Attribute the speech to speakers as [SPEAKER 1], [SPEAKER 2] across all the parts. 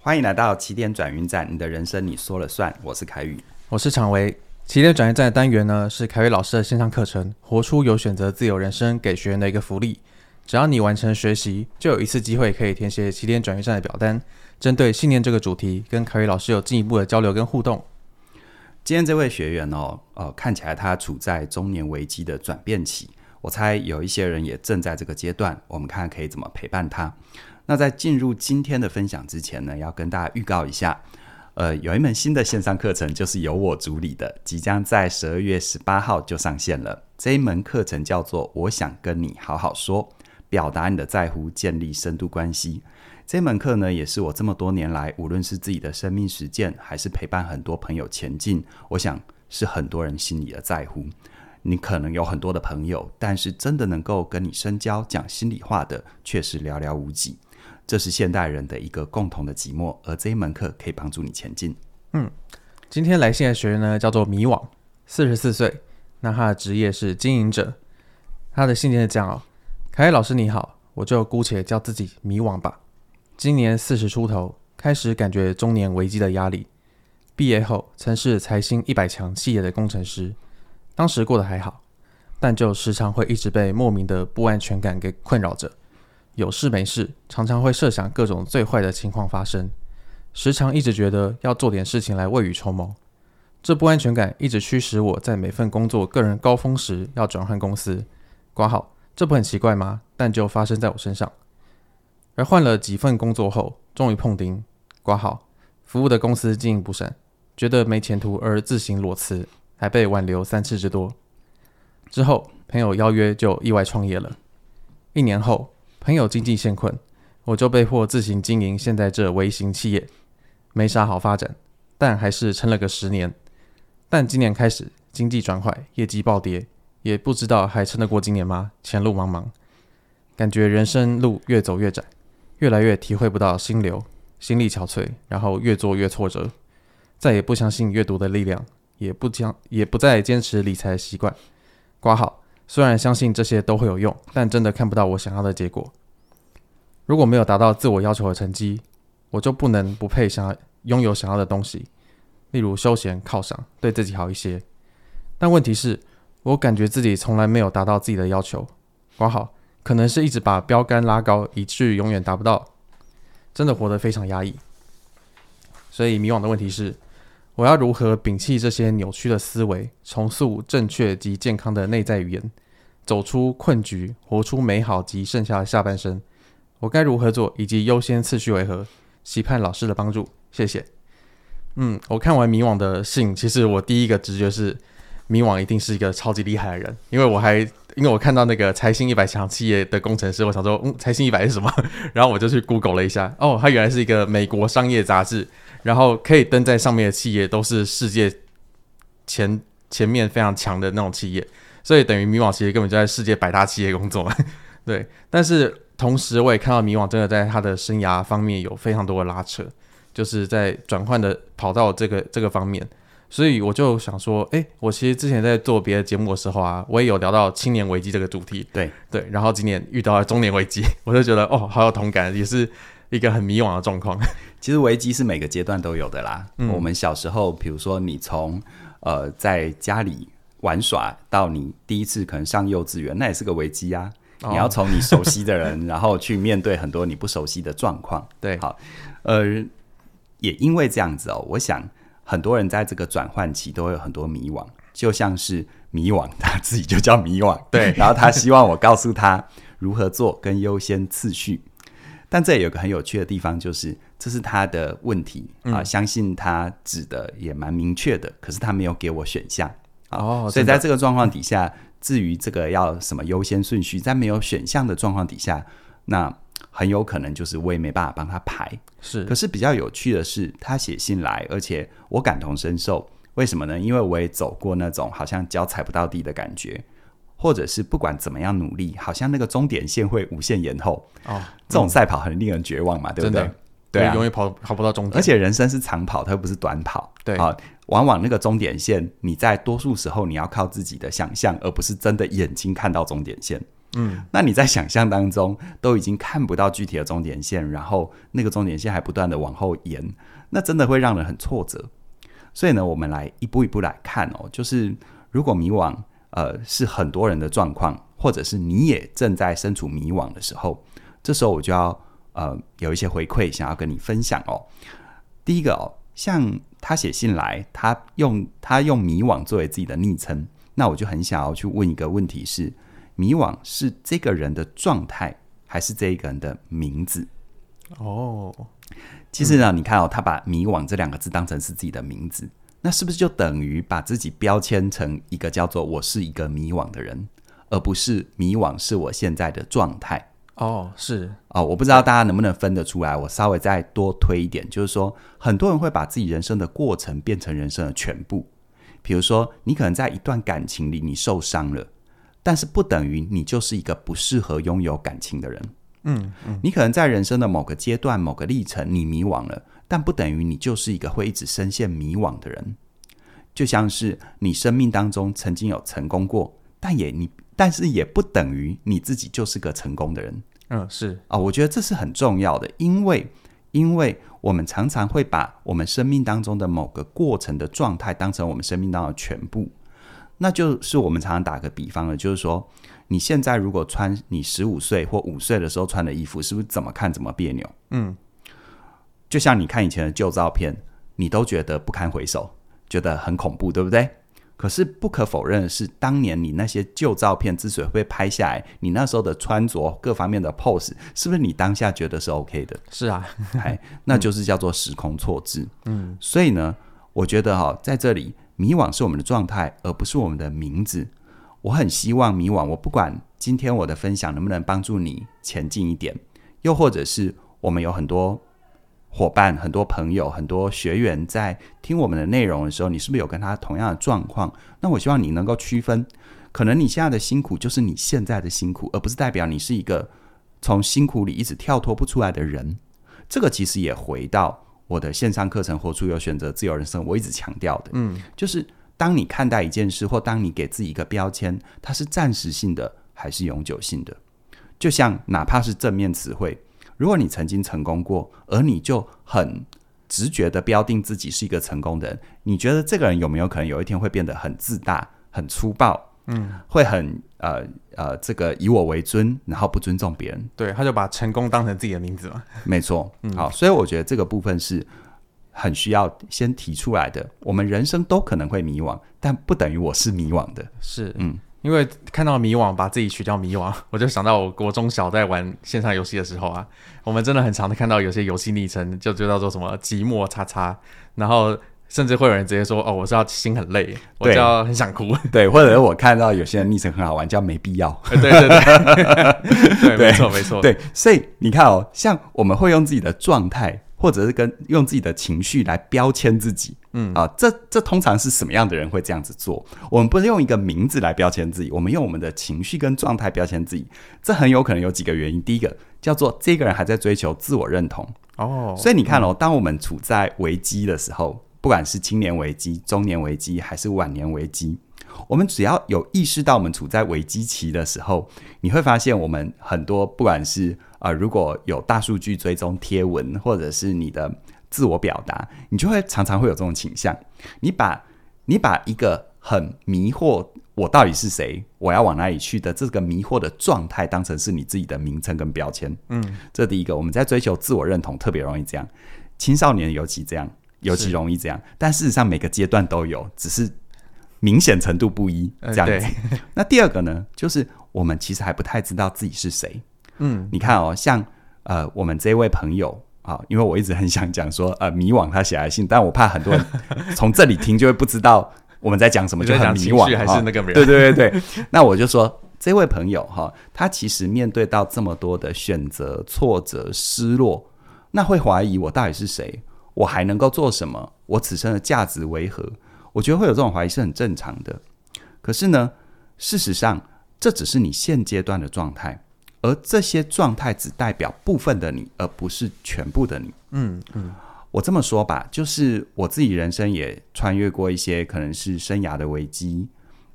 [SPEAKER 1] 欢迎来到起点转运站，你的人生你说了算。我是凯宇。
[SPEAKER 2] 我是常维。起点转运站的单元呢，是凯瑞老师的线上课程《活出有选择自由人生》给学员的一个福利。只要你完成学习，就有一次机会可以填写起点转运站的表单，针对信念这个主题，跟凯瑞老师有进一步的交流跟互动。
[SPEAKER 1] 今天这位学员哦，呃，看起来他处在中年危机的转变期，我猜有一些人也正在这个阶段，我们看可以怎么陪伴他。那在进入今天的分享之前呢，要跟大家预告一下，呃，有一门新的线上课程就是由我主理的，即将在十二月十八号就上线了。这一门课程叫做《我想跟你好好说》，表达你的在乎，建立深度关系。这门课呢，也是我这么多年来，无论是自己的生命实践，还是陪伴很多朋友前进，我想是很多人心里的在乎。你可能有很多的朋友，但是真的能够跟你深交、讲心里话的，却是寥寥无几。这是现代人的一个共同的寂寞，而这一门课可以帮助你前进。
[SPEAKER 2] 今天来信的学员呢，叫做迷惘，四十四岁，那他的职业是经营者。他的信件是这样哦：凯凯老师你好，我就姑且叫自己迷惘吧。今年四十出头，开始感觉中年危机的压力。毕业后曾是财新一百强企业的工程师，当时过得还好，但就时常会一直被莫名的不安全感给困扰着。有事没事，常常会设想各种最坏的情况发生。时常一直觉得要做点事情来未雨绸缪。这不安全感一直驱使我在每份工作个人高峰时要转换公司。挂号，这不很奇怪吗？但就发生在我身上。而换了几份工作后，终于碰钉。挂号，服务的公司经营不善，觉得没前途而自行裸辞，还被挽留三次之多。之后，朋友邀约就意外创业了。一年后，朋友经济陷困，我就被迫自行经营现在这微型企业。没啥好发展，但还是撑了个十年。但今年开始经济转坏，业绩暴跌，也不知道还撑得过今年吗？前路茫茫，感觉人生路越走越窄，越来越体会不到心流，心力憔悴，然后越做越挫折，再也不相信阅读的力量，也不将也不再坚持理财的习惯。挂号，虽然相信这些都会有用，但真的看不到我想要的结果。如果没有达到自我要求的成绩，我就不能不配想要拥有想要的东西，例如休闲、犒赏，对自己好一些。但问题是，我感觉自己从来没有达到自己的要求。管好，可能是一直把标杆拉高，以至于永远达不到，真的活得非常压抑。所以迷惘的问题是，我要如何摒弃这些扭曲的思维，重塑正确及健康的内在语言，走出困局，活出美好及剩下的下半生？我该如何做，以及优先次序为何？期盼老师的帮助，谢谢。嗯，我看完迷惘的信，其实我第一个直觉是，迷惘一定是一个超级厉害的人，因为我还因为我看到那个财新一百强企业的工程师，我想说，嗯，财新一百是什么？ 然后我就去 Google 了一下，哦，它原来是一个美国商业杂志，然后可以登在上面的企业都是世界前前面非常强的那种企业，所以等于迷惘其实根本就在世界百大企业工作。 对，但是同时我也看到迷惘真的在他的生涯方面有非常多的拉扯，就是在转换的跑道这个这个方面，所以我就想说，诶，我其实之前在做别的节目的时候啊，我也有聊到青年危机这个主题，
[SPEAKER 1] 对
[SPEAKER 2] 对，然后今年遇到了中年危机， 我就觉得哦，好有同感，也是一个很迷惘的 状况，
[SPEAKER 1] 其实危机是每个阶段都有的啦。我们小时候，比如说你从呃在家里玩耍到你第一次可能上幼稚园，那也是个危机啊。
[SPEAKER 2] 哦
[SPEAKER 1] 你要从你熟悉的人，然后去面对很多你不熟悉的状况。
[SPEAKER 2] 对，
[SPEAKER 1] 好，呃，也因为这样子哦，我想很多人在这个转换期都会有很多迷惘，就像是迷惘，他自己就叫迷惘，
[SPEAKER 2] 对
[SPEAKER 1] 然后他希望我告诉他如何做跟优先次序，但这也有个很有趣的地方，就是这是他的问题
[SPEAKER 2] 嗯
[SPEAKER 1] 啊、相信他指的也蛮明确的，可是他没有给我选项。啊
[SPEAKER 2] 哦
[SPEAKER 1] 所以
[SPEAKER 2] 真的
[SPEAKER 1] 在这个状况底下，至于这个要什么优先顺序，在没有选项的状况底下，那很有可能就是我也没办法帮他排。
[SPEAKER 2] 是
[SPEAKER 1] 可是比较有趣的是，他写信来，而且我感同身受。为什么呢？因为我也走过那种好像脚踩不到地的感觉，或者是不管怎么样努力，好像那个终点线会无限延后。
[SPEAKER 2] 哦，
[SPEAKER 1] 这种赛跑很令人绝望嘛，对不
[SPEAKER 2] 真
[SPEAKER 1] 对
[SPEAKER 2] 的？
[SPEAKER 1] 对啊
[SPEAKER 2] 永，远跑跑不到终点，
[SPEAKER 1] 而且人生是长跑，它又不是短跑。
[SPEAKER 2] 对
[SPEAKER 1] 啊，往往那个终点线，你在多数时候你要靠自己的想象，而不是真的眼睛看到终点线。嗯，那你在想象当中都已经看不到具体的终点线，然后那个终点线还不断的往后延，那真的会让人很挫折。所以呢，我们来一步一步来看哦，就是如果迷惘，呃，是很多人的状况，或者是你也正在身处迷惘的时候，这时候我就要呃有一些回馈想要跟你分享哦。第一个哦，像他写信来，他用他用迷惘作为自己的昵称，那我就很想要去问一个问题是：迷惘是这个人的状态，还是这一个人的名字？
[SPEAKER 2] 哦，
[SPEAKER 1] 其实呢，你看哦，他把“迷惘”这两个字当成是自己的名字，那是不是就等于把自己标签成一个叫做“我是一个迷惘的人”，而不是“迷惘是我现在的状态”？
[SPEAKER 2] 哦，是，
[SPEAKER 1] 哦，我不知道大家能不能分得出来，我稍微再多推一点，就是说，很多人会把自己人生的过程变成人生的全部。比如说，你可能在一段感情里你受伤了，但是不等于你就是一个不适合拥有感情的人。
[SPEAKER 2] 嗯，
[SPEAKER 1] 你可能在人生的某个阶段、某个历程，你迷惘了，但不等于你就是一个会一直深陷迷惘的人。就像是你生命当中曾经有成功过，但也你，但是也不等于你自己就是个成功的人。
[SPEAKER 2] 嗯，是，
[SPEAKER 1] 啊、我觉得这是很重要的，因为因为我们常常会把我们生命当中的某个过程的状态当成我们生命当中的全部。那就是我们常常打个比方了，就是说，你现在如果穿你十五岁或五岁的时候穿的衣服，是不是怎么看怎么别扭？
[SPEAKER 2] 嗯，
[SPEAKER 1] 就像你看以前的旧照片，你都觉得不堪回首，觉得很恐怖，对不对？可是不可否认的是，当年你那些旧照片之所以会拍下来，你那时候的穿着各方面的 pose，是不是你当下觉得是 OK 的？
[SPEAKER 2] 是啊，
[SPEAKER 1] 哎，那就是叫做时空错置。嗯，所以呢，我觉得哈、在这里迷惘是我们的状态，而不是我们的名字。我很希望迷惘，我不管今天我的分享能不能帮助你前进一点，又或者是我们有很多伙伴、很多朋友、很多学员在听我们的内容的时候，你是不是有跟他同样的状况？那我希望你能够区分，可能你现在的辛苦就是你现在的辛苦，而不是代表你是一个从辛苦里一直跳脱不出来的人。这个其实也回到我的线上课程《活出有选择自由人生》，我一直强调的，嗯，就是当你看待一件事，或当你给自己一个标签，它是暂时性的还是永久性的？就像哪怕是正面词汇，如果你曾经成功过，而你就很直觉的标定自己是一个成功的人，你觉得这个人有没有可能有一天会变得很自大、很粗暴？嗯，会很呃呃，这个以我为尊，然后不尊重别人，
[SPEAKER 2] 对，他就把成功当成自己的名字嘛。
[SPEAKER 1] 没错，好，所以我觉得这个部分是很需要先提出来的。我们人生都可能会迷惘，但不等于我是迷惘 的。
[SPEAKER 2] 是，
[SPEAKER 1] 嗯，
[SPEAKER 2] 因为看到迷惘，把自己取掉迷惘， 我就想到我国中小在玩线上游戏的时候啊，我们真的很常看到有些游戏昵称就就叫做什么寂寞叉叉，然后甚至会有人直接说哦，我是要心很累，我
[SPEAKER 1] 对
[SPEAKER 2] 是要很 想哭，
[SPEAKER 1] 对，或者是我看到有些人昵称很好玩，叫没必要。
[SPEAKER 2] 对对对，
[SPEAKER 1] 对
[SPEAKER 2] 对，没错没错，
[SPEAKER 1] 对，所以你看哦，像我们会用自己的状态，或者是跟用自己的情绪来标签自己。嗯啊，这这通常是什么样的人会这样子做？我们不是用一个名字来标签自己，我们用我们的情绪跟状态标签自己。这很有可能有几个原因。第一个叫做这个人还在追求自我认同。
[SPEAKER 2] 哦，
[SPEAKER 1] 所以你看哦，当我们处在危机的时候，不管是青年危机、中年危机还是晚年危机，我们只要有意识到我们处在危机期的时候，你会发现我们很多不管是呃，如果有大数据追踪贴文，或者是你的自我表达，你就会常常会有这种倾向。你把你把一个很迷惑我到底是谁，我要往哪里去的这个迷惑的状态，当成是你自己的名称跟标签。这第一个，我们在追求自我认同特别容易这样，青少年尤其这样，尤其
[SPEAKER 2] 是
[SPEAKER 1] 容易这样。但事实上每个阶段都有，只是明显程度不一这
[SPEAKER 2] 呃
[SPEAKER 1] 样子。
[SPEAKER 2] 对，
[SPEAKER 1] 那第二个呢，就是我们其实还不太知道自己是谁。
[SPEAKER 2] 嗯，
[SPEAKER 1] 你看哦，像呃我们这位朋友。啊，因为我一直很想讲说，呃，迷惘他写来信，但我怕很多人从这里听就会不知道我们在讲什么，
[SPEAKER 2] 你
[SPEAKER 1] 就
[SPEAKER 2] 在
[SPEAKER 1] 很
[SPEAKER 2] 讲
[SPEAKER 1] 迷
[SPEAKER 2] 情
[SPEAKER 1] 惘。
[SPEAKER 2] 绪还
[SPEAKER 1] 哈
[SPEAKER 2] 是那个人？
[SPEAKER 1] 对对对对，那我就说这位朋友哈，他其实面对到这么多的选择、挫折、失落，那会怀疑我到底是谁，我还能够做什么，我此生的价值为何？我觉得会有这种怀疑是很正常的。可是呢，事实上这只是你现阶段的状态，而这些状态只代表部分的你，而不是全部的你。
[SPEAKER 2] 嗯嗯，
[SPEAKER 1] 我这么说吧，就是我自己人生也穿越过一些可能是生涯的危机，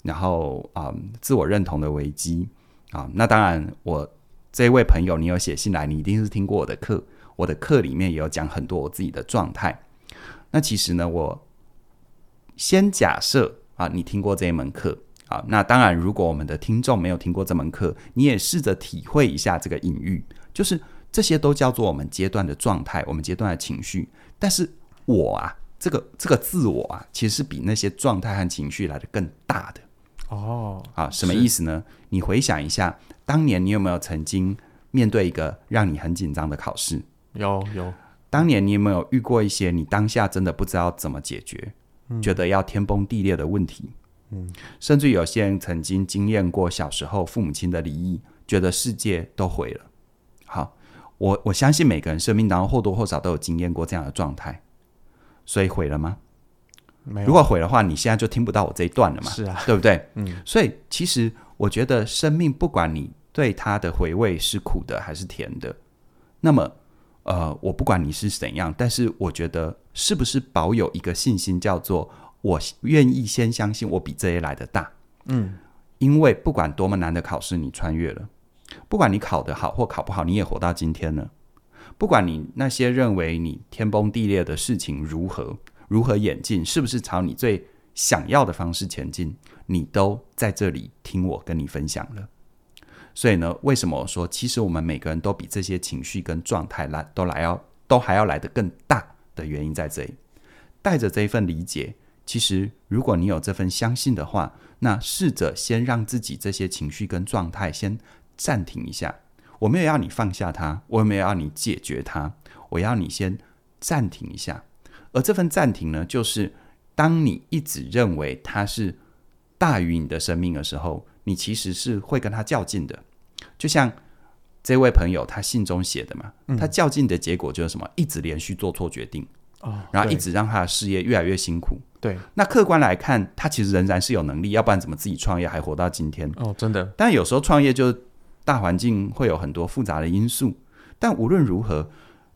[SPEAKER 1] 然后嗯自我认同的危机，啊。那当然，我这位朋友，你有写信来，你一定是听过我的课，我的课里面也有讲很多我自己的状态。那其实呢，我先假设啊，你听过这一门课啊。那当然，如果我们的听众没有听过这门课，你也试着体会一下这个隐喻，就是这些都叫做我们阶段的状态，我们阶段的情绪。但是我啊，这个这个自我啊，其实是比那些状态和情绪来的更大的。
[SPEAKER 2] 哦，
[SPEAKER 1] 啊，什么
[SPEAKER 2] 是
[SPEAKER 1] 意思呢？你回想一下，当年你有没有曾经面对一个让你很紧张的考试？
[SPEAKER 2] 有有，
[SPEAKER 1] 当年你有没有遇过一些你当下真的不知道怎么解决，
[SPEAKER 2] 嗯
[SPEAKER 1] 觉得要天崩地裂的问题？嗯，甚至有些人曾经经验过小时候父母亲的离异，觉得世界都毁了。好，我我相信每个人生命当中或多或少都有经验过这样的状态，所以毁了吗？
[SPEAKER 2] 没有？
[SPEAKER 1] 如果毁的话，你现在就听不到我这一段了嘛？
[SPEAKER 2] 是啊，
[SPEAKER 1] 对不对？
[SPEAKER 2] 嗯，
[SPEAKER 1] 所以其实我觉得生命不管你对它的回味是苦的还是甜的，那么呃，我不管你是怎样，但是我觉得是不是保有一个信心，叫做我愿意先相信我比这些来的大，
[SPEAKER 2] 嗯，
[SPEAKER 1] 因为不管多么难的考试，你穿越了，不管你考得好或考不好，你也活到今天了。不管你那些认为你天崩地裂的事情如何如何演进，是不是朝你最想要的方式前进，你都在这里听我跟你分享了。所以呢，为什么我说，其实我们每个人都比这些情绪跟状态来都来要都还要来得更大的原因在这里。带着这一份理解，其实如果你有这份相信的话，那试着先让自己这些情绪跟状态先暂停一下。我没有要你放下它，我也没有要你解决它，我要你先暂停一下。而这份暂停呢，就是当你一直认为它是大于你的生命的时候，你其实是会跟它较劲的。就像这位朋友他信中写的嘛，他较劲的结果就是什么？一直连续做错决定，
[SPEAKER 2] 哦，
[SPEAKER 1] 然后一
[SPEAKER 2] 对
[SPEAKER 1] 直让他的事业越来越辛苦。
[SPEAKER 2] 对，
[SPEAKER 1] 那客观来看，他其实仍然是有能力，要不然怎么自己创业还活到今天？
[SPEAKER 2] 哦，真的，
[SPEAKER 1] 但有时候创业就是大环境会有很多复杂的因素。但无论如何，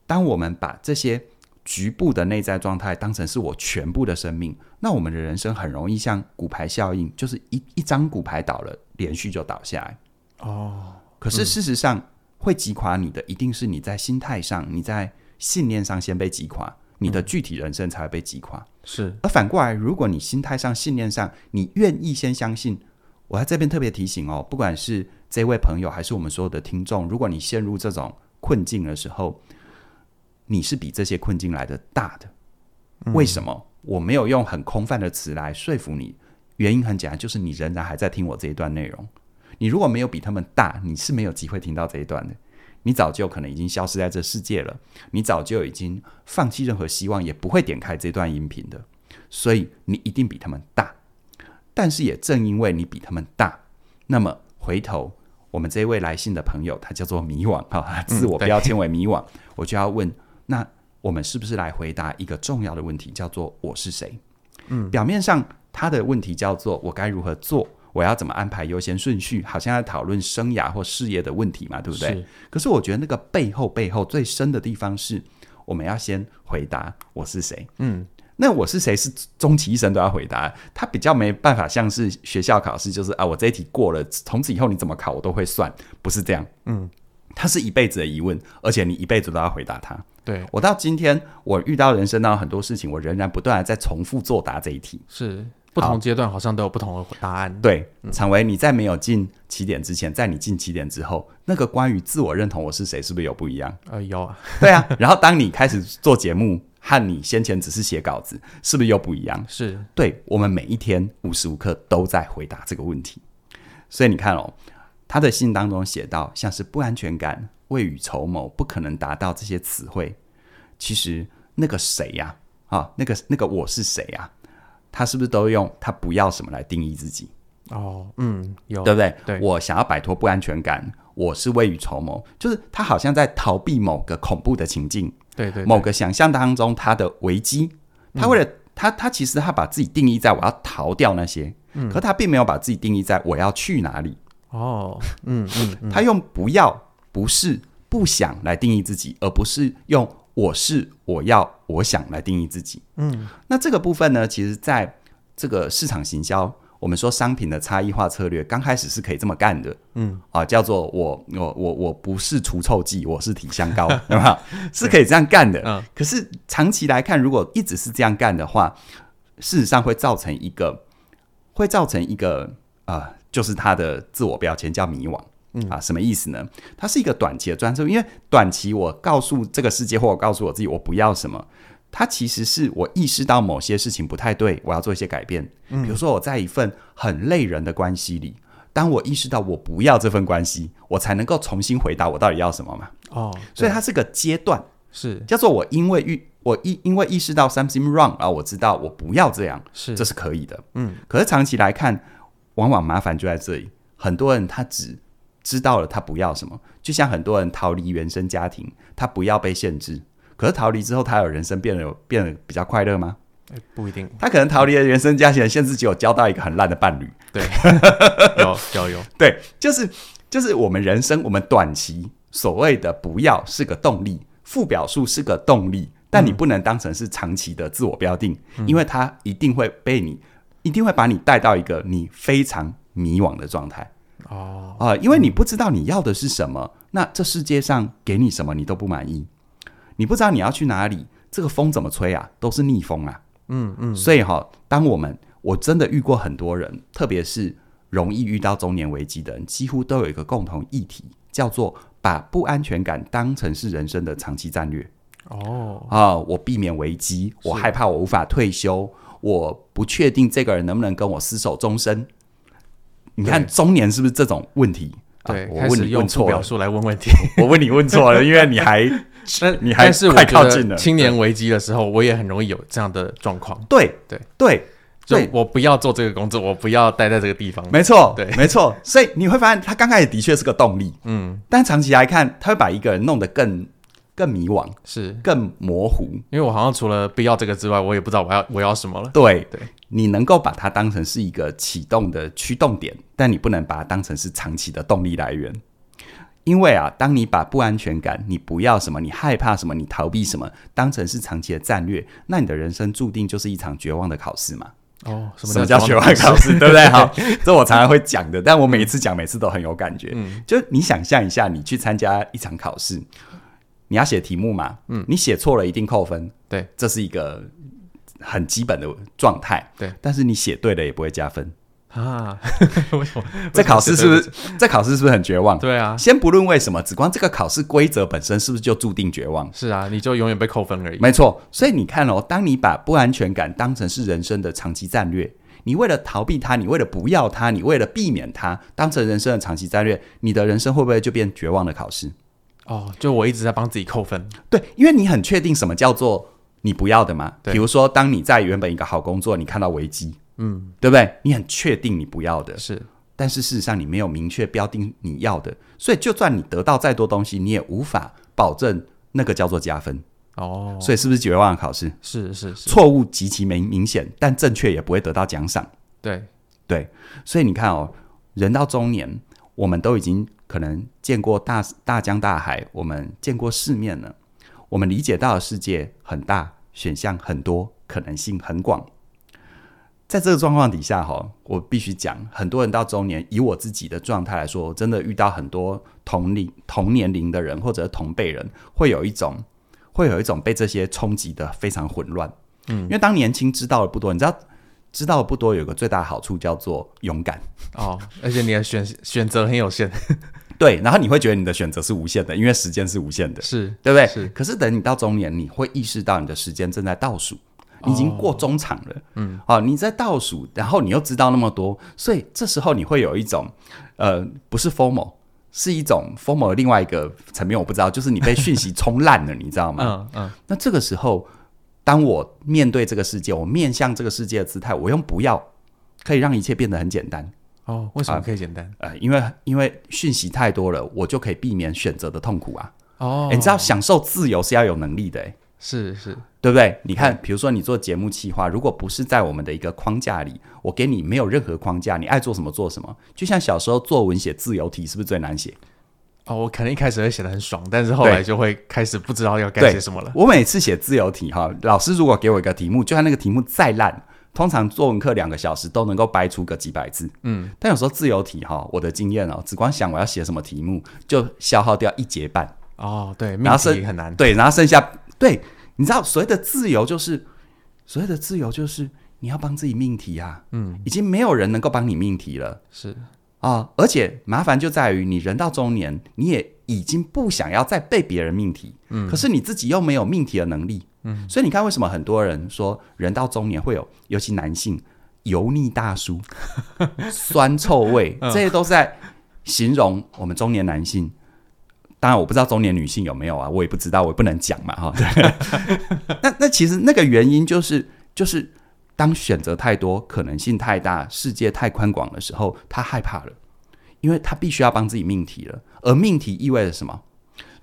[SPEAKER 1] 当我们把这些局部的内在状态当成是我全部的生命，那我们的人生很容易像骨牌效应，就是一一张骨牌倒了，连续就倒下来。
[SPEAKER 2] 哦，
[SPEAKER 1] 可是事实上，会击垮你的一定是你在心态上、你在信念上先被击垮，你的具体人生才会被击垮。
[SPEAKER 2] 是，
[SPEAKER 1] 而反过来，如果你心态上、信念上，你愿意先相信，我在这边特别提醒哦，不管是这位朋友还是我们所有的听众，如果你陷入这种困境的时候，你是比这些困境来的大的。为什么？我没有用很空泛的词来说服你，原因很简单，就是你仍然还在听我这一段内容。你如果没有比他们大，你是没有机会听到这一段的。你早就可能已经消失在这世界了，你早就已经放弃任何希望，也不会点开这段音频的。所以你一定比他们大。但是也正因为你比他们大，那么回头我们这位来信的朋友，他叫做迷惘哈、他自我
[SPEAKER 2] 对
[SPEAKER 1] 标签为迷惘，我就要问：那我们是不是来回答一个重要的问题，叫做我是谁？嗯，表面上他的问题叫做我该如何做，我要怎么安排优先顺序，好像在讨论生涯或事业的问题嘛，对不对？
[SPEAKER 2] 是？
[SPEAKER 1] 可是我觉得那个背后背后最深的地方是，我们要先回答我是谁。
[SPEAKER 2] 嗯，
[SPEAKER 1] 那我是谁是终其一生都要回答，他比较没办法像是学校考试，就是啊，我这一题过了，从此以后你怎么考我都会算，不是这样。嗯，他是一辈子的疑问，而且你一辈子都要回答他。
[SPEAKER 2] 对，
[SPEAKER 1] 我到今天，我遇到人生当中很多事情，我仍然不断的在重复作答这一题。
[SPEAKER 2] 是，不
[SPEAKER 1] 好
[SPEAKER 2] 同阶段好像都有不同的答案。
[SPEAKER 1] 对，常维，你在没有进起点之前，在你进起点之后，那个关于自我认同我是谁，是不是有不一样？
[SPEAKER 2] 呃，有啊，
[SPEAKER 1] 对啊，然后当你开始做节目，和你先前只是写稿子，是不是又不一样？
[SPEAKER 2] 是，
[SPEAKER 1] 对我们每一天无时无刻都在回答这个问题，所以你看哦，他的信当中写到，像是不安全感、未雨绸缪、不可能达到这些词汇，其实那个谁呀、啊，那个那个我是谁呀、他是不是都用他不要什么来定义自己？
[SPEAKER 2] 哦，嗯，有，
[SPEAKER 1] 对不对？
[SPEAKER 2] 对
[SPEAKER 1] 我想要摆脱不安全感，我是未雨绸缪，就是他好像在逃避某个恐怖的情境，
[SPEAKER 2] 对嗯对，
[SPEAKER 1] 某个想象当中他的危机，他为了、他他其实他把自己定义在我要逃掉那些，
[SPEAKER 2] 嗯
[SPEAKER 1] 可他并没有把自己定义在我要去哪里，
[SPEAKER 2] 哦， 嗯嗯，
[SPEAKER 1] 他用不要、不是、不想来定义自己，而不是用我是、我要、我想来定义自己。嗯，那这个部分呢，其实在这个市场行销，我们说商品的差异化策略，刚开始是可以这么干的，
[SPEAKER 2] 嗯，
[SPEAKER 1] 啊，叫做我我我我不是除臭剂，我是体香 膏，对吧？是可以这样干的。
[SPEAKER 2] 嗯
[SPEAKER 1] 可是长期来看，如果一直是这样干的话，事实上会造成一个会造成一个啊、就是它的自我标签叫迷惘。啊，什么意思呢？它是一个短期的专注，因为短期我告诉这个世界或我告诉我自己我不要什么，它其实是我意识到某些事情不太对，我要做一些改变。比如说我在一份很累人的关系里，当我意识到我不要这份关系，我才能够重新回答我到底要什么嘛。
[SPEAKER 2] 哦，
[SPEAKER 1] 所以
[SPEAKER 2] 对
[SPEAKER 1] 它是个阶段，
[SPEAKER 2] 是
[SPEAKER 1] 叫做我因为遇我意因为意识到 something wrong 啊，我知道我不要这样，
[SPEAKER 2] 是
[SPEAKER 1] 这是可以的。
[SPEAKER 2] 嗯，
[SPEAKER 1] 可是长期来看，往往麻烦就在这里。很多人他只知道了他不要什么，就像很多人逃离原生家庭，他不要被限制。可是逃离之后，他有人生变得有变得比较快乐吗？
[SPEAKER 2] 哎不一 定
[SPEAKER 1] 他可能逃离了原生家庭的限制，只有交到一个很烂的伴侣。
[SPEAKER 2] 有有有，
[SPEAKER 1] 对，就是就是我们人生，我们短期所谓的不要是个动力，负表述是个动力，但
[SPEAKER 2] 嗯
[SPEAKER 1] 你不能当成是长期的自我标定，因为它一定会被你，一定会把你带到一个你非常迷惘的状态
[SPEAKER 2] 哦，
[SPEAKER 1] 啊、因为你不知道你要的是什么，那这世界上给你什么你都不满意，你不知道你要去哪里，这个风怎么吹啊，都是逆风啊。
[SPEAKER 2] 嗯嗯，
[SPEAKER 1] 所以哈、当我们我真的遇过很多人，特别是容易遇到中年危机的人，几乎都有一个共同议题，叫做把不安全感当成是人生的长期战略
[SPEAKER 2] 哦，
[SPEAKER 1] 啊、我避免危机，我
[SPEAKER 2] 是
[SPEAKER 1] 害怕我无法退休，我不确定这个人能不能跟我厮守终身。你看
[SPEAKER 2] 对
[SPEAKER 1] 中年是不是这种问 题？啊
[SPEAKER 2] 对，
[SPEAKER 1] 我
[SPEAKER 2] 开
[SPEAKER 1] 问
[SPEAKER 2] 始
[SPEAKER 1] 你
[SPEAKER 2] 用
[SPEAKER 1] 问
[SPEAKER 2] 错
[SPEAKER 1] 错
[SPEAKER 2] 表
[SPEAKER 1] 了，
[SPEAKER 2] 述来问问题。
[SPEAKER 1] 我问你问错了，因为你还
[SPEAKER 2] 但
[SPEAKER 1] 你还
[SPEAKER 2] 但是我
[SPEAKER 1] 快
[SPEAKER 2] 觉
[SPEAKER 1] 靠近
[SPEAKER 2] 得
[SPEAKER 1] 了，
[SPEAKER 2] 青年危机的时候，我也很容易有这样的状况
[SPEAKER 1] 对
[SPEAKER 2] 对
[SPEAKER 1] 对，
[SPEAKER 2] 就
[SPEAKER 1] 对
[SPEAKER 2] 我不要做这个工作，我不要待在这个地方。
[SPEAKER 1] 没错，
[SPEAKER 2] 对
[SPEAKER 1] 没错。所以你会发现，他刚开始的确是个动力，
[SPEAKER 2] 嗯，
[SPEAKER 1] 但长期来看，他会把一个人弄得更更迷惘、
[SPEAKER 2] 是
[SPEAKER 1] 更模糊。
[SPEAKER 2] 因为我好像除了不要这个之外，我也不知道我要我要什么了。
[SPEAKER 1] 对
[SPEAKER 2] 对，
[SPEAKER 1] 你能够把它当成是一个启动的驱动点，但你不能把它当成是长期的动力来源。因为啊，当你把不安全感、你不要什么、你害怕什么、你逃避什么，当成是长期的战略，那你的人生注定就是一场绝望的考试嘛。
[SPEAKER 2] 哦，什
[SPEAKER 1] 什
[SPEAKER 2] 么
[SPEAKER 1] 么叫学外考
[SPEAKER 2] 试？
[SPEAKER 1] 试，对不对？好，这我常常会讲的，但我每一次讲，每次都很有感觉。
[SPEAKER 2] 嗯
[SPEAKER 1] 就你想象一下，你去参加一场考试，你要写题目嘛，嗯，你写错了一定扣分，
[SPEAKER 2] 对，
[SPEAKER 1] 这是一个很基本的状态，
[SPEAKER 2] 对。
[SPEAKER 1] 但是你写对了也不会加分，
[SPEAKER 2] 啊？为什么？
[SPEAKER 1] 这考试是不是
[SPEAKER 2] 为什么？
[SPEAKER 1] 这考试是不是很绝望？
[SPEAKER 2] 对啊，
[SPEAKER 1] 先不论为什么，只光这个考试规则本身是不是就注定绝望？
[SPEAKER 2] 是啊，你就永远被扣分而已。
[SPEAKER 1] 没错，所以你看哦，当你把不安全感当成是人生的长期战略，你为了逃避它，你为了不要它，你为了避免它，当成人生的长期战略，你的人生会不会就变绝望的考试？
[SPEAKER 2] 哦，就我一直在帮自己扣分。
[SPEAKER 1] 对，因为你很确定什么叫做你不要的嘛。
[SPEAKER 2] 对
[SPEAKER 1] 比如说，当你在原本一个好工作，你看到危机，
[SPEAKER 2] 嗯，
[SPEAKER 1] 对不对？你很确定你不要的，
[SPEAKER 2] 是
[SPEAKER 1] 但是事实上你没有明确标定你要的，所以就算你得到再多东西，你也无法保证那个叫做加分。
[SPEAKER 2] 哦，
[SPEAKER 1] 所以是不是绝望的考试？
[SPEAKER 2] 是是是，
[SPEAKER 1] 错误极其明明显，但正确也不会得到奖赏。
[SPEAKER 2] 对，
[SPEAKER 1] 对，所以你看哦，人到中年，我们都已经可能见过大大江大海，我们见过世面了，我们理解到的世界很大，选项很多，可能性很广。在这个状况底下，哈，我必须讲，很多人到中年，以我自己的状态来说，我真的遇到很多同龄、同年龄的人，或者是同辈人，会有一种，会有一种被这些冲击的非常混乱。嗯，因为当年轻知道的不多，你知道知道的不多，有个最大的好处叫做勇敢。
[SPEAKER 2] 哦，而且你的选选择很有限。
[SPEAKER 1] 对，然后你会觉得你的选择是无限的，因为时间是无限的，
[SPEAKER 2] 是，
[SPEAKER 1] 对不对？
[SPEAKER 2] 是
[SPEAKER 1] 可是等你到中年，你会意识到你的时间正在倒数，
[SPEAKER 2] 哦
[SPEAKER 1] 你已经过中场了。嗯，哦，你在倒数，然后你又知道那么多，所以这时候你会有一种，呃，不是 formal，是一种 formal 的另外一个层面，我不知道，就是你被讯息冲烂了，你知道吗？
[SPEAKER 2] 嗯嗯，
[SPEAKER 1] 那这个时候，当我面对这个世界，我面向这个世界的姿态，我用不要，可以让一切变得很简单。
[SPEAKER 2] 哦，为什么
[SPEAKER 1] 啊
[SPEAKER 2] 可以简单？
[SPEAKER 1] 呃，因为因为讯息太多了，我就可以避免选择的痛苦啊。
[SPEAKER 2] 哦
[SPEAKER 1] 诶，你知道享受自由是要有能力的、诶
[SPEAKER 2] 是是，
[SPEAKER 1] 对不对？你看，比如说你做节目企划，如果不是在我们的一个框架里，我给你没有任何框架，你爱做什么做什么。就像小时候作文写自由题，是不是最难写？
[SPEAKER 2] 哦，我可能一开始会写的很爽，但是后来
[SPEAKER 1] 对
[SPEAKER 2] 就会开始不知道要该
[SPEAKER 1] 对
[SPEAKER 2] 写什么了。
[SPEAKER 1] 我每次写自由题哈，老师如果给我一个题目，就算那个题目再烂，通常作文课两个小时都能够掰出个几百字，嗯，但有时候自由题哈，我的经验哦，只光想我要写什么题目，就消耗掉一节半，
[SPEAKER 2] 哦，对，
[SPEAKER 1] 然
[SPEAKER 2] 命
[SPEAKER 1] 后
[SPEAKER 2] 题
[SPEAKER 1] 剩
[SPEAKER 2] 很难，
[SPEAKER 1] 对，然后剩下对，你知道所谓的自由就是所谓的自由就是你要帮自己命题啊，嗯，已经没有人能够帮你命题了
[SPEAKER 2] 是
[SPEAKER 1] 啊、而且麻烦就在于你人到中年，你也已经不想要再被别人命题，嗯，可是你自己又没有命题的能力，嗯，所以你看为什么很多人说人到中年会有，尤其男性油腻大 叔、酸臭味，这些都是在形容我们中年男性。当然，我不知道中年女性有没有啊，我也不知道，我也不能讲嘛，哈。 对那那其实那个原因就是，就是当选择太多、可能性太大、世界太宽广的时候，他害怕了，因为他必须要帮自己命题了。而命题意味着什么？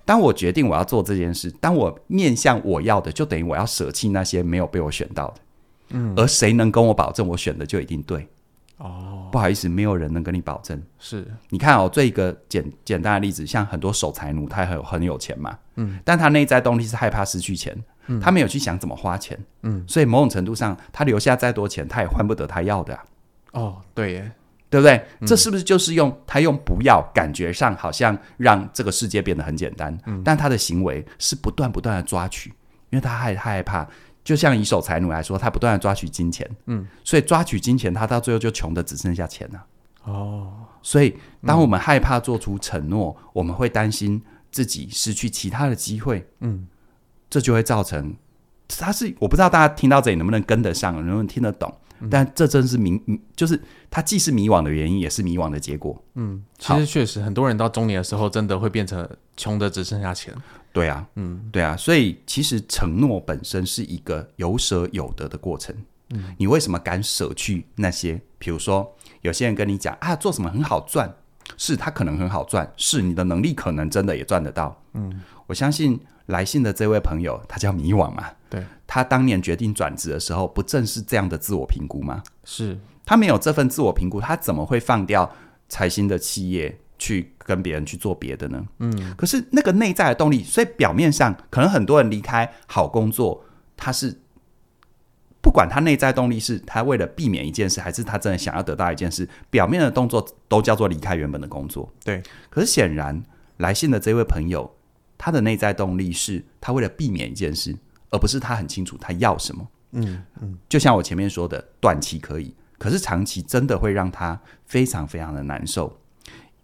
[SPEAKER 1] 当我决定我要做这件事，当我面向我要的，就等于我要舍弃那些没有被我选到的。嗯，而谁能跟我保证我选的就一定对？哦，不好意思，没有人能跟你保证。
[SPEAKER 2] 是，
[SPEAKER 1] 你看哦，最一个简简单的例子，像很多守财奴，他很很有钱嘛，嗯，但他内在动力是害怕失去钱，嗯，他没有去想怎么花钱，嗯，所以某种程度上，他留下再多钱，他也换不得他要的、啊，
[SPEAKER 2] 哦，对耶，
[SPEAKER 1] 对不对？这是不是就是用他用不要，感觉上好像让这个世界变得很简单，但他的行为是不断不断的抓取，因为他害他害怕。就像以守财奴来说，他不断的抓取金钱，嗯，所以抓取金钱，他到最后就穷的只剩下钱了、
[SPEAKER 2] 哦，
[SPEAKER 1] 所以，当我们害怕做出承诺，我们会担心自己失去其他的机会。嗯，这就会造成，它是我不知道大家听到这里能不能跟得上，能不能听得懂？但这正是迷，迷就是它既是迷惘的原因，也是迷惘的结果。
[SPEAKER 2] 其实确实很多人到中年的时候，真的会变成穷的只剩下钱，
[SPEAKER 1] 对啊，嗯，对啊，所以其实承诺本身是一个有舍有得的过程。嗯，你为什么敢舍去那些？比如说，有些人跟你讲啊，做什么很好赚，是他可能很好赚，是你的能力可能真的也赚得到。嗯，我相信来信的这位朋友，他叫迷惘嘛，
[SPEAKER 2] 对，
[SPEAKER 1] 他当年决定转职的时候，不正是这样的自我评估吗？
[SPEAKER 2] 是
[SPEAKER 1] 他没有这份自我评估，他怎么会放掉财新的企业去跟别人去做别的呢？嗯，可是那个内在的动力，所以表面上可能很多人离开好工作，他是不管他内在动力是他为了避免一件事，还是他真的想要得到一件事，表面的动作都叫做离开原本的工作。
[SPEAKER 2] 对，
[SPEAKER 1] 可是显然来信的这位朋友，他的内在动力是他为了避免一件事，而不是他很清楚他要什么。
[SPEAKER 2] 嗯
[SPEAKER 1] 嗯，就像我前面说的，短期可以，可是长期真的会让他非常非常的难受，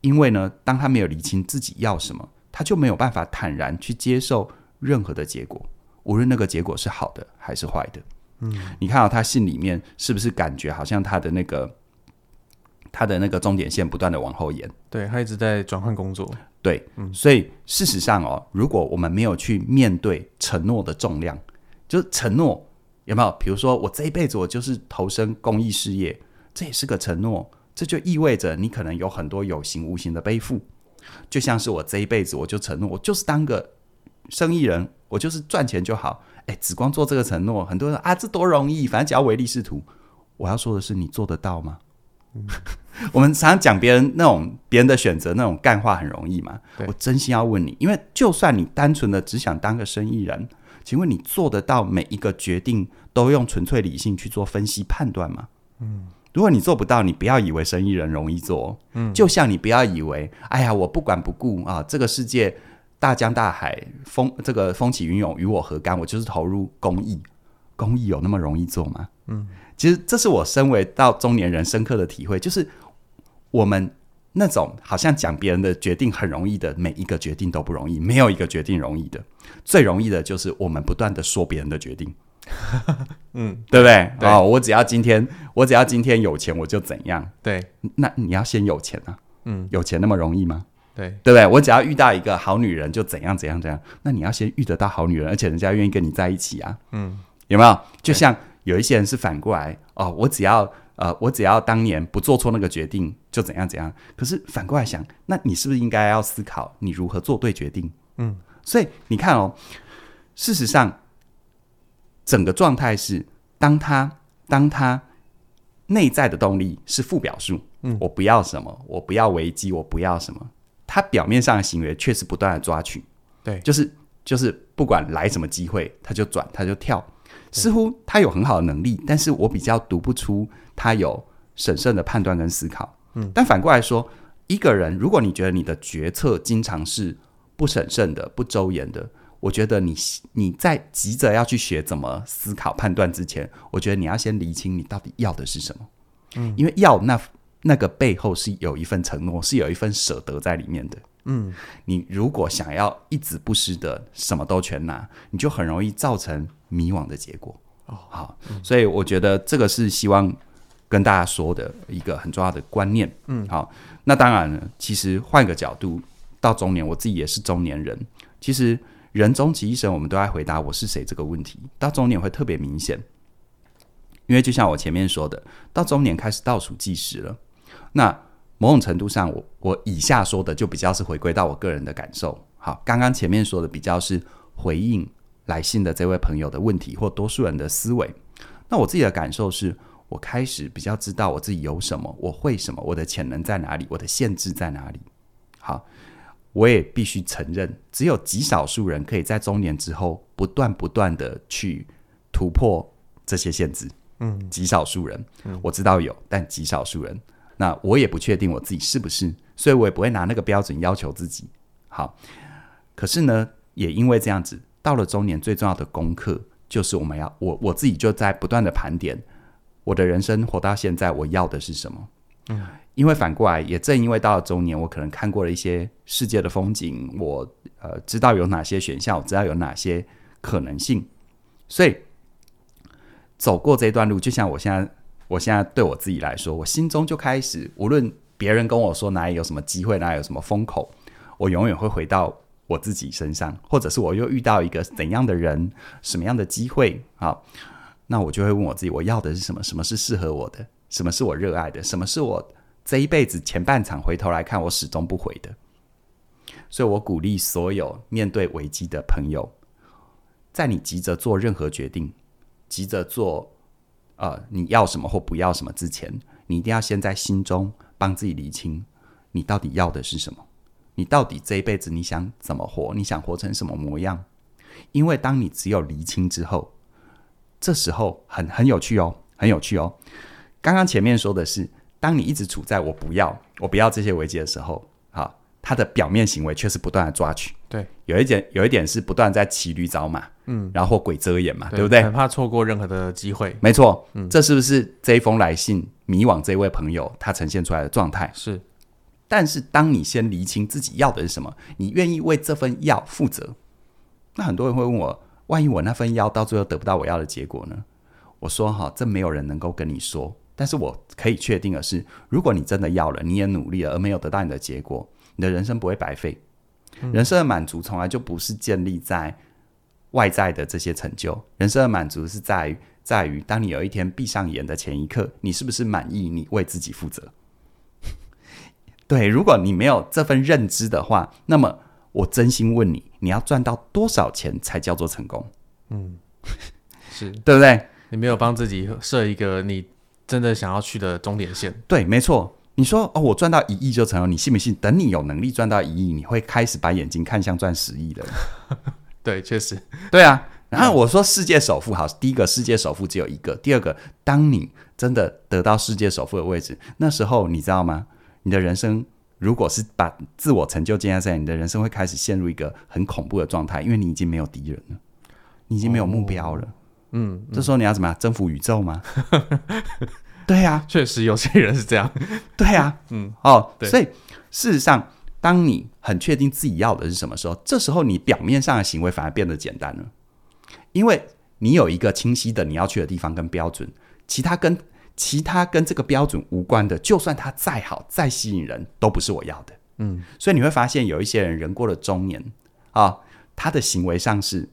[SPEAKER 1] 因为呢，当他没有理清自己要什么，他就没有办法坦然去接受任何的结果，无论那个结果是好的还是坏的。嗯，你看到、他信里面是不是感觉好像他的那个他的那个终点线不断的往后延？
[SPEAKER 2] 对他一直在转换工作，
[SPEAKER 1] 对，所以事实上哦，如果我们没有去面对承诺的重量，就是承诺有没有？比如说我这一辈子我就是投身公益事业，这也是个承诺，这就意味着你可能有很多有形无形的背负。就像是我这一辈子我就承诺，我就是当个生意人，我就是赚钱就好。哎，只光做这个承诺，很多人啊，这多容易，反正只要唯利是图。我要说的是，你做得到吗？ 我们常常讲别人那种别人的选择那种干话很容易嘛
[SPEAKER 2] 对。
[SPEAKER 1] 我真心要问你，因为就算你单纯的只想当个生意人，请问你做得到每一个决定都用纯粹理性去做分析判断吗？嗯，如果你做不到，你不要以为生意人容易做、哦。嗯，就像你不要以为，哎呀，我不管不顾啊，这个世界大江大海风这个风起云涌与我何干？我就是投入公益，公益有那么容易做吗？嗯，其实这是我身为到中年人深刻的体会，就是我们那种好像讲别人的决定很容易的，每一个决定都不容易，没有一个决定容易的。最容易的就是我们不断的说别人的决 定，嗯，对不对？
[SPEAKER 2] 对
[SPEAKER 1] 哦，我只要今天，我只要今天有钱，我就怎样。
[SPEAKER 2] 对
[SPEAKER 1] 那你要先有钱啊，
[SPEAKER 2] 嗯，
[SPEAKER 1] 有钱那么容易吗？
[SPEAKER 2] 对
[SPEAKER 1] 对不对？我只要遇到一个好女人，就怎样怎样怎样。那你要先遇得到好女人，而且人家愿意跟你在一起啊。
[SPEAKER 2] 嗯，
[SPEAKER 1] 有没有？就像有一些人是反过来哦，我只要呃，我只要当年不做错那个决定，就怎样怎样。可是反过来想，那你是不是应该要思考你如何做对决定？
[SPEAKER 2] 嗯，
[SPEAKER 1] 所以你看哦，事实上，整个状态是，当他当他内在的动力是负表述，嗯，我不要什么，我不要危机，我不要什么。他表面上的行为确实不断的抓取，
[SPEAKER 2] 对
[SPEAKER 1] 就是就是不管来什么机会，他就转，他就跳。似乎他有很好的能力，但是我比较读不出他有审慎的判断跟思考。嗯，但反过来说，一个人如果你觉得你的决策经常是不审慎的、不周延的，我觉得你你在急着要去学怎么思考判断之前，我觉得你要先厘清你到底要的是什么。嗯，因为要那那个背后是有一份承诺，是有一份舍得在里面的。
[SPEAKER 2] 嗯，
[SPEAKER 1] 你如果想要一直不失的什么都全拿，你就很容易造成迷惘的结果。
[SPEAKER 2] 哦
[SPEAKER 1] 好，所以我觉得这个是希望跟大家说的一个很重要的观念。嗯，好，那当然了，其实换个角度，到中年，我自己也是中年人。其实人终其一生，我们都在回答“我是谁”这个问题，到中年会特别明显。因为就像我前面说的，到中年开始倒数计时了。那某种程度上，我我以下说的就比较是回归到我个人的感受。好，刚刚前面说的比较是回应来信的这位朋友的问题或多数人的思维。那我自己的感受是，我开始比较知道我自己有什么，我会什么，我的潜能在哪里，我的限制在哪里。好，我也必须承认，只有极少数人可以在中年之后不断不断的去突破这些限制。
[SPEAKER 2] 嗯，
[SPEAKER 1] 极少数人，我知道有，但极少数人。那我也不确定我自己是不是，所以我也不会拿那个标准要求自己。好，可是呢，也因为这样子，到了中年最重要的功课就是我们要我我自己就在不断的盘点我的人生活到现在我要的是什么。嗯，因为反过来也正因为到了中年，我可能看过了一些世界的风景，我呃知道有哪些选项，我知道有哪些可能性，所以走过这段路，就像我现在我现在对我自己来说，我心中就开始，无论别人跟我说哪里有什么机会，哪里有什么风口，我永远会回到我自己身上，或者是我又遇到一个怎样的人，什么样的机会，好，那我就会问我自己，我要的是什么？什么是适合我的？什么是我热爱的？什么是我这一辈子前半场回头来看我始终不悔的？所以我鼓励所有面对危机的朋友，在你急着做任何决定、急着做呃你要什么或不要什么之前，你一定要先在心中帮自己理清，你到底要的是什么？你到底这一辈子你想怎么活？你想活成什么模样？因为当你只有厘清之后，这时候很很有趣哦，很有趣哦。刚刚前面说的是，当你一直处在我不要、我不要这些危机的时候，好，他的表面行为却是不断的抓取。
[SPEAKER 2] 对，
[SPEAKER 1] 有一点有一点是不断在骑驴找马，
[SPEAKER 2] 嗯，
[SPEAKER 1] 然后或鬼遮眼嘛，对不对？
[SPEAKER 2] 很怕错过任何的机会，
[SPEAKER 1] 没错，这是不是这一封来信迷惘这位朋友他呈现出来的状态？
[SPEAKER 2] 是
[SPEAKER 1] 但是当你先厘清自己要的是什么，你愿意为这份要负责，那很多人会问我，万一我那份要到最后得不到我要的结果呢？我说哈，这没有人能够跟你说，但是我可以确定的是，如果你真的要了，你也努力了，而没有得到你的结果，你的人生不会白费。人生的满足从来就不是建立在外在的这些成就，人生的满足是在于在于，当你有一天闭上眼的前一刻，你是不是满意你为自己负责？对，如果你没有这份认知的话，那么我真心问你，你要赚到多少钱才叫做成功？
[SPEAKER 2] 是，
[SPEAKER 1] 对不对？
[SPEAKER 2] 你没有帮自己设一个你真的想要去的终点线，
[SPEAKER 1] 对，没错。你说哦，我赚到一亿就成了，你信不信？等你有能力赚到一亿，你会开始把眼睛看向赚十亿的人。
[SPEAKER 2] 对，确实，
[SPEAKER 1] 对啊。
[SPEAKER 2] 嗯
[SPEAKER 1] 然后我说世界首富好，第一个世界首富只有一个，第二个，当你真的得到世界首富的位置，那时候你知道吗？你的人生如果是把自我成就建立在你的人生，会开始陷入一个很恐怖的状态，因为你已经没有敌人了，你已经没有目标了。
[SPEAKER 2] 嗯，
[SPEAKER 1] 这时候你要怎么样征服宇宙吗？ 对啊呀、
[SPEAKER 2] 确实有些人是这样，
[SPEAKER 1] 对呀、
[SPEAKER 2] 嗯，
[SPEAKER 1] 哦，
[SPEAKER 2] 对
[SPEAKER 1] 所以事实上，当你很确定自己要的是什么时候，这时候你表面上的行为反而变得简单了，因为你有一个清晰的你要去的地方跟标准，其他跟其他跟这个标准无关的，就算它再好再吸引人，都不是我要的。
[SPEAKER 2] 嗯，
[SPEAKER 1] 所以你会发现有一些人人过了中年啊，他的行为上是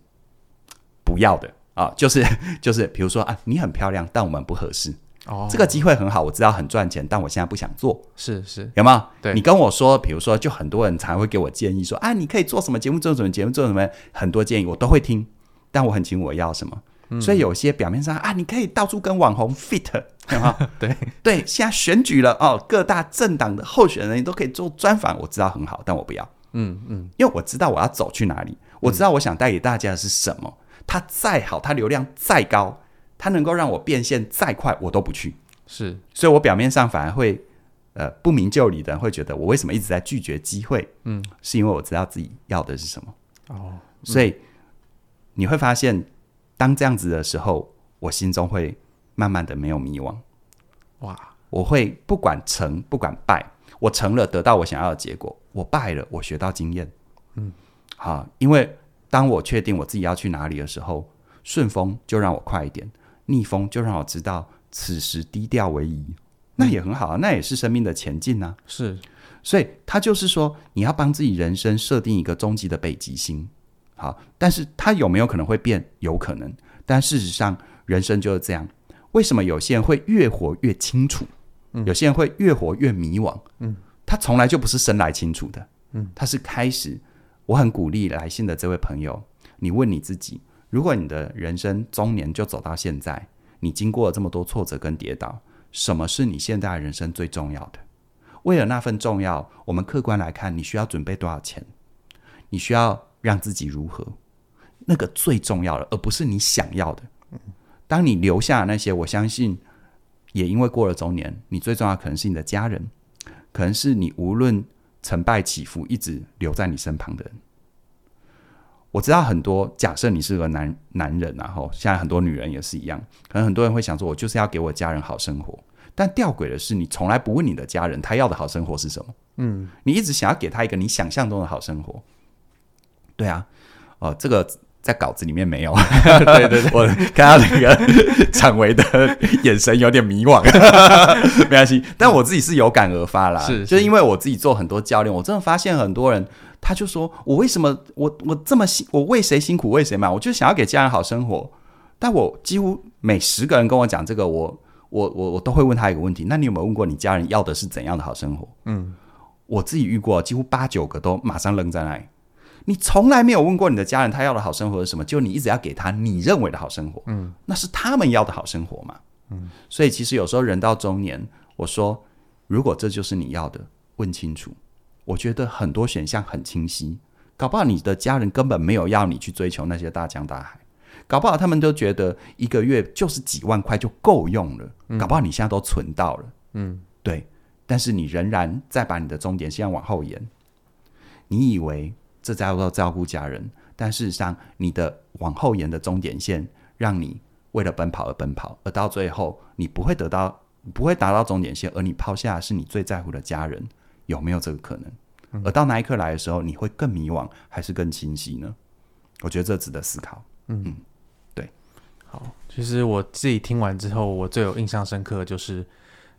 [SPEAKER 1] 不要的啊，就是就是比如说啊，你很漂亮，但我们不合适。
[SPEAKER 2] 哦，
[SPEAKER 1] 这个机会很好，我知道很赚钱，但我现在不想做，
[SPEAKER 2] 是是，
[SPEAKER 1] 有没有？
[SPEAKER 2] 对
[SPEAKER 1] 你跟我说，比如说，就很多人才会给我建议说啊，你可以做什么节目，做什么节目，做什么，很多建议我都会听，但我很清楚我要什么。
[SPEAKER 2] 嗯
[SPEAKER 1] 所以有些表面上啊，你可以到处跟网红 fit，有没有
[SPEAKER 2] 对
[SPEAKER 1] 对，现在选举了哦，各大政党的候选人你都可以做专访，我知道很好，但我不要。
[SPEAKER 2] 嗯嗯，
[SPEAKER 1] 因为我知道我要走去哪里，我知道我想带给大家的是什么，它再好，它流量再高，它能够让我变现再快，我都不去。
[SPEAKER 2] 是，
[SPEAKER 1] 所以我表面上反而会呃不明就里的人会觉得我为什么一直在拒绝机会？
[SPEAKER 2] 嗯，
[SPEAKER 1] 是因为我知道自己要的是什么。
[SPEAKER 2] 哦，
[SPEAKER 1] 所以你会发现，当这样子的时候，我心中会慢慢的没有迷惘。
[SPEAKER 2] 哇，
[SPEAKER 1] 我会不管成不管败，我成了得到我想要的结果，我败了我学到经验。嗯，好，因为当我确定我自己要去哪里的时候，顺风就让我快一点，逆风就让我知道此时低调为宜，那也很好啊，那也是生命的前进啊。
[SPEAKER 2] 是，
[SPEAKER 1] 所以他就是说，你要帮自己人生设定一个终极的北极星。好，但是它有没有可能会变？有可能，但事实上人生就是这样。为什么有些人会越活越清楚，有些人会越活越迷惘？嗯，他从来就不是生来清楚的。嗯，他是开始。我很鼓励来信的这位朋友，你问你自己：如果你的人生中年就走到现在，你经过了这么多挫折跟跌倒，什么是你现在的人生最重要的？为了那份重要，我们客观来看，你需要准备多少钱？你需要让自己如何？那个最重要的，而不是你想要的。当你留下那些，我相信也因为过了中年，你最重要的可能是你的家人，可能是你无论成败起伏一直留在你身旁的人。我知道很多，假设你是个男男人、啊，然后现在很多女人也是一样，可能很多人会想说，我就是要给我家人好生活。但吊诡的是，你从来不问你的家人他要的好生活是什么，
[SPEAKER 2] 嗯，
[SPEAKER 1] 你一直想要给他一个你想象中的好生活。对啊，哦、这个在稿子里面没有。 对对对，我看到那个厂维的眼神有点迷惘， 没关系。但我自己是有感而发啦，
[SPEAKER 2] 是
[SPEAKER 1] 就是
[SPEAKER 2] 是
[SPEAKER 1] 因为我自己做很多教练，我真的发现很多人。他就说：“我为什么我我这么辛，我为谁辛苦为谁嘛？我就想要给家人好生活。但我几乎每十个人跟我讲这个，我我我我都会问他一个问题：那你有没有问过你家人要的是怎样的好生活？
[SPEAKER 2] 嗯，
[SPEAKER 1] 我自己遇过，几乎八九个都马上扔在那里。你从来没有问过你的家人他要的好生活是什么，就你一直要给他你认为的好生活，嗯，那是他们要的好生活嘛，嗯。所以其实有时候人到中年，我说如果这就是你要的，问清楚。我觉得很多选项很清晰，搞不好你的家人根本没有要你去追求那些大江大海，搞不好他们都觉得一个月就是几万块就够用了，搞不好你现在都存到了，
[SPEAKER 2] 嗯，
[SPEAKER 1] 对，但是你仍然再把你的终点线往后延，你以为这叫做照顾家人，但事实上你的往后延的终点线，让你为了奔跑而奔跑，而到最后你不会得到，不会达到终点线，而你抛下的是你最在乎的家人，有没有这个可能？而到那一刻来的时候，你会更迷惘还是更清晰呢？我觉得这值得思考。
[SPEAKER 2] 好，其实我自己听完之后，我最有印象深刻的就是，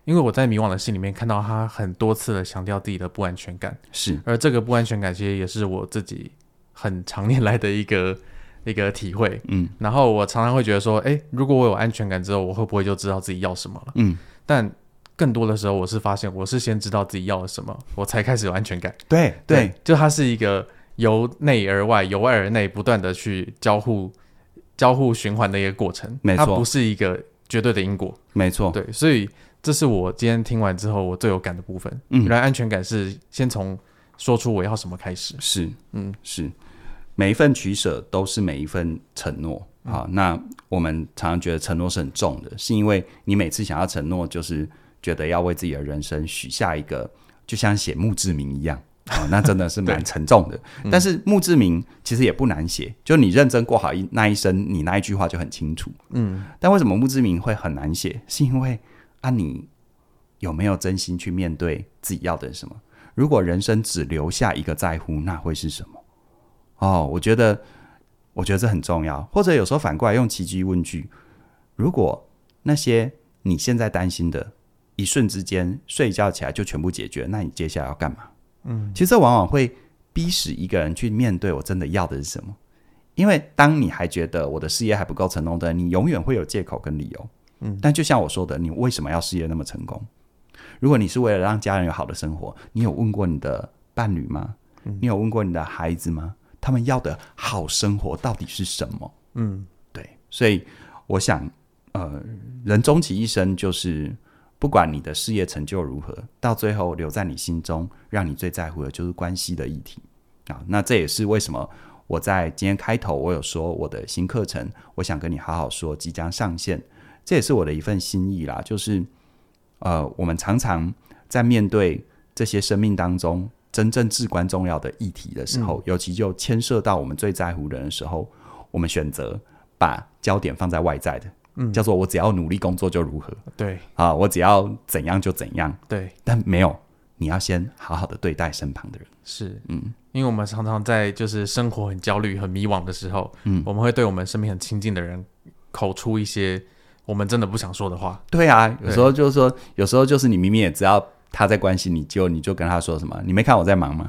[SPEAKER 2] 因为我在迷惘的信里面看到他很多次的强调自己的不安全感，
[SPEAKER 1] 是
[SPEAKER 2] 而这个不安全感其实也是我自己很常年来的一个一个体会。
[SPEAKER 1] 嗯，
[SPEAKER 2] 然后我常常会觉得说，诶，如果我有安全感之后，我会不会就知道自己要什么了？
[SPEAKER 1] 嗯，
[SPEAKER 2] 但更多的时候，我是发现我是先知道自己要了什么，我才开始有安全感。
[SPEAKER 1] 对对，，
[SPEAKER 2] 就它是一个由内而外、由外而内不断的去交互、交互循环的一个过程。
[SPEAKER 1] 没
[SPEAKER 2] 它
[SPEAKER 1] 错
[SPEAKER 2] 不是一个绝对的因果。
[SPEAKER 1] 没错，
[SPEAKER 2] 对，所以这是我今天听完之后我最有感的部分。
[SPEAKER 1] 嗯
[SPEAKER 2] 原来安全感是先从说出我要什么开始。
[SPEAKER 1] 是，
[SPEAKER 2] 嗯，
[SPEAKER 1] 是，每一份取舍都是每一份承诺
[SPEAKER 2] 嗯
[SPEAKER 1] 啊。那我们常常觉得承诺是很重的，是因为你每次想要承诺，就是觉得要为自己的人生许下一个，就像写墓志铭一 样。啊，那真的是蛮
[SPEAKER 2] 对嗯
[SPEAKER 1] 沉重的。但是墓志铭其实也不难写，就你认真过好一那一生，你那一句话就很清楚。
[SPEAKER 2] 嗯，
[SPEAKER 1] 但为什么墓志铭会很难写？是因为啊，你有没有真心去面对自己要的是什么？如果人生只留下一个在乎，那会是什么？哦，我觉得，我觉得这很重要。或者有时候反过来用奇迹问句：如果那些你现在担心的，一瞬之间睡一觉起来就全部解决，那你接下来要干嘛？嗯，其实这往往会逼使一个人去面对我真的要的是什么。因为当你还觉得我的事业还不够成功的，你永远会有借口跟理由。嗯，但就像我说的，你为什么要事业那么成功？如果你是为了让家人有好的生活，你有问过你的伴侣吗？你有问过你的孩子吗？他们要的好生活到底是什么？
[SPEAKER 2] 嗯，
[SPEAKER 1] 对，所以我想，呃，人终其一生就是，不管你的事业成就如何，到最后留在你心中，让你最在乎的就是关系的议题啊。那这也是为什么我在今天开头我有说我的新课程，我想跟你好好说，即将上线，这也是我的一份心意啦。就是呃，我们常常在面对这些生命当中真正至关重要的议题的时候，尤其就牵涉到我们最在乎的人的时候，我们选择把焦点放在外在的，
[SPEAKER 2] 嗯
[SPEAKER 1] 叫做我只要努力工作就如何
[SPEAKER 2] 对
[SPEAKER 1] 啊，我只要怎样就怎样，
[SPEAKER 2] 对
[SPEAKER 1] 但没有，你要先好好的对待身旁的人。
[SPEAKER 2] 是，
[SPEAKER 1] 嗯，
[SPEAKER 2] 因为我们常常在就是生活很焦虑、很迷惘的时候，嗯，我们会对我们身边很亲近的人口出一些我们真的不想说的话，
[SPEAKER 1] 对啊，有
[SPEAKER 2] 对
[SPEAKER 1] 时候就是说，有时候就是你明明也知道他在关心你，就你就跟他说什么，你没看我在忙吗？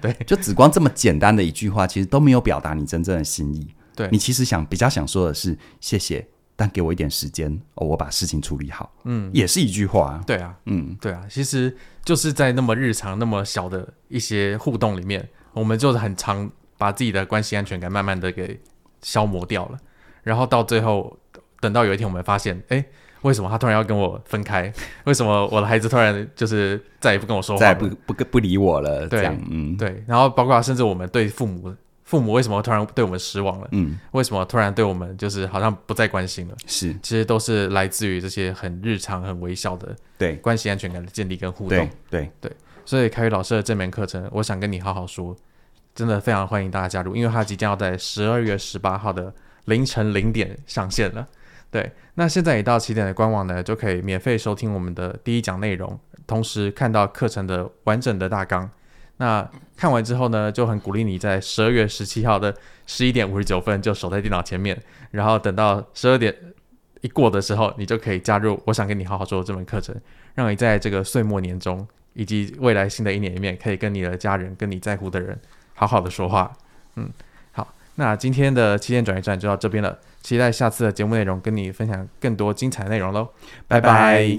[SPEAKER 2] 对，
[SPEAKER 1] 就只光这么简单的一句话，其实都没有表达你真正的心意。
[SPEAKER 2] 对
[SPEAKER 1] 你其实想比较想说的是谢谢，但给我一点时间，哦，我把事情处理好，
[SPEAKER 2] 嗯，
[SPEAKER 1] 也是一句话啊。
[SPEAKER 2] 对啊，
[SPEAKER 1] 嗯，
[SPEAKER 2] 对啊，其实就是在那么日常、那么小的一些互动里面，我们就是很常把自己的关系安全感慢慢的给消磨掉了，然后到最后，等到有一天我们发现，哎，为什么他突然要跟我分开？ 为什么我的孩子突然就是再也不跟我说话
[SPEAKER 1] 再也
[SPEAKER 2] 了？
[SPEAKER 1] 不不跟不理我了，
[SPEAKER 2] 对
[SPEAKER 1] 这样，嗯，，
[SPEAKER 2] 对，然后包括甚至我们对父母，父母为什么突然对我们失望了？
[SPEAKER 1] 嗯，
[SPEAKER 2] 为什么突然对我们就是好像不再关心了？
[SPEAKER 1] 是
[SPEAKER 2] 其实都是来自于这些很日常、很微小的
[SPEAKER 1] 对，
[SPEAKER 2] 关系安全感的建立跟互动
[SPEAKER 1] 对。，对，
[SPEAKER 2] 所以凯宇老师的这门课程，我想跟你好好说，真的非常欢迎大家加入，因为它即将要在十二月十八号的凌晨零点上线了。对，那现在也到起点的官网呢，就可以免费收听我们的第一讲内容，同时看到课程的完整的大纲。那看完之后呢，就很鼓励你在十二月十七号的十一点五十九分就守在电脑前面，然后等到十二点一过的时候，你就可以加入“我想跟你好好说”这门课程，让你在这个岁末年终以及未来新的一年里面，可以跟你的家人、跟你在乎的人好好的说话。嗯，好，那今天的起点转移站就到这边了，期待下次的节目内容跟你分享更多精彩内容喽，
[SPEAKER 1] 拜拜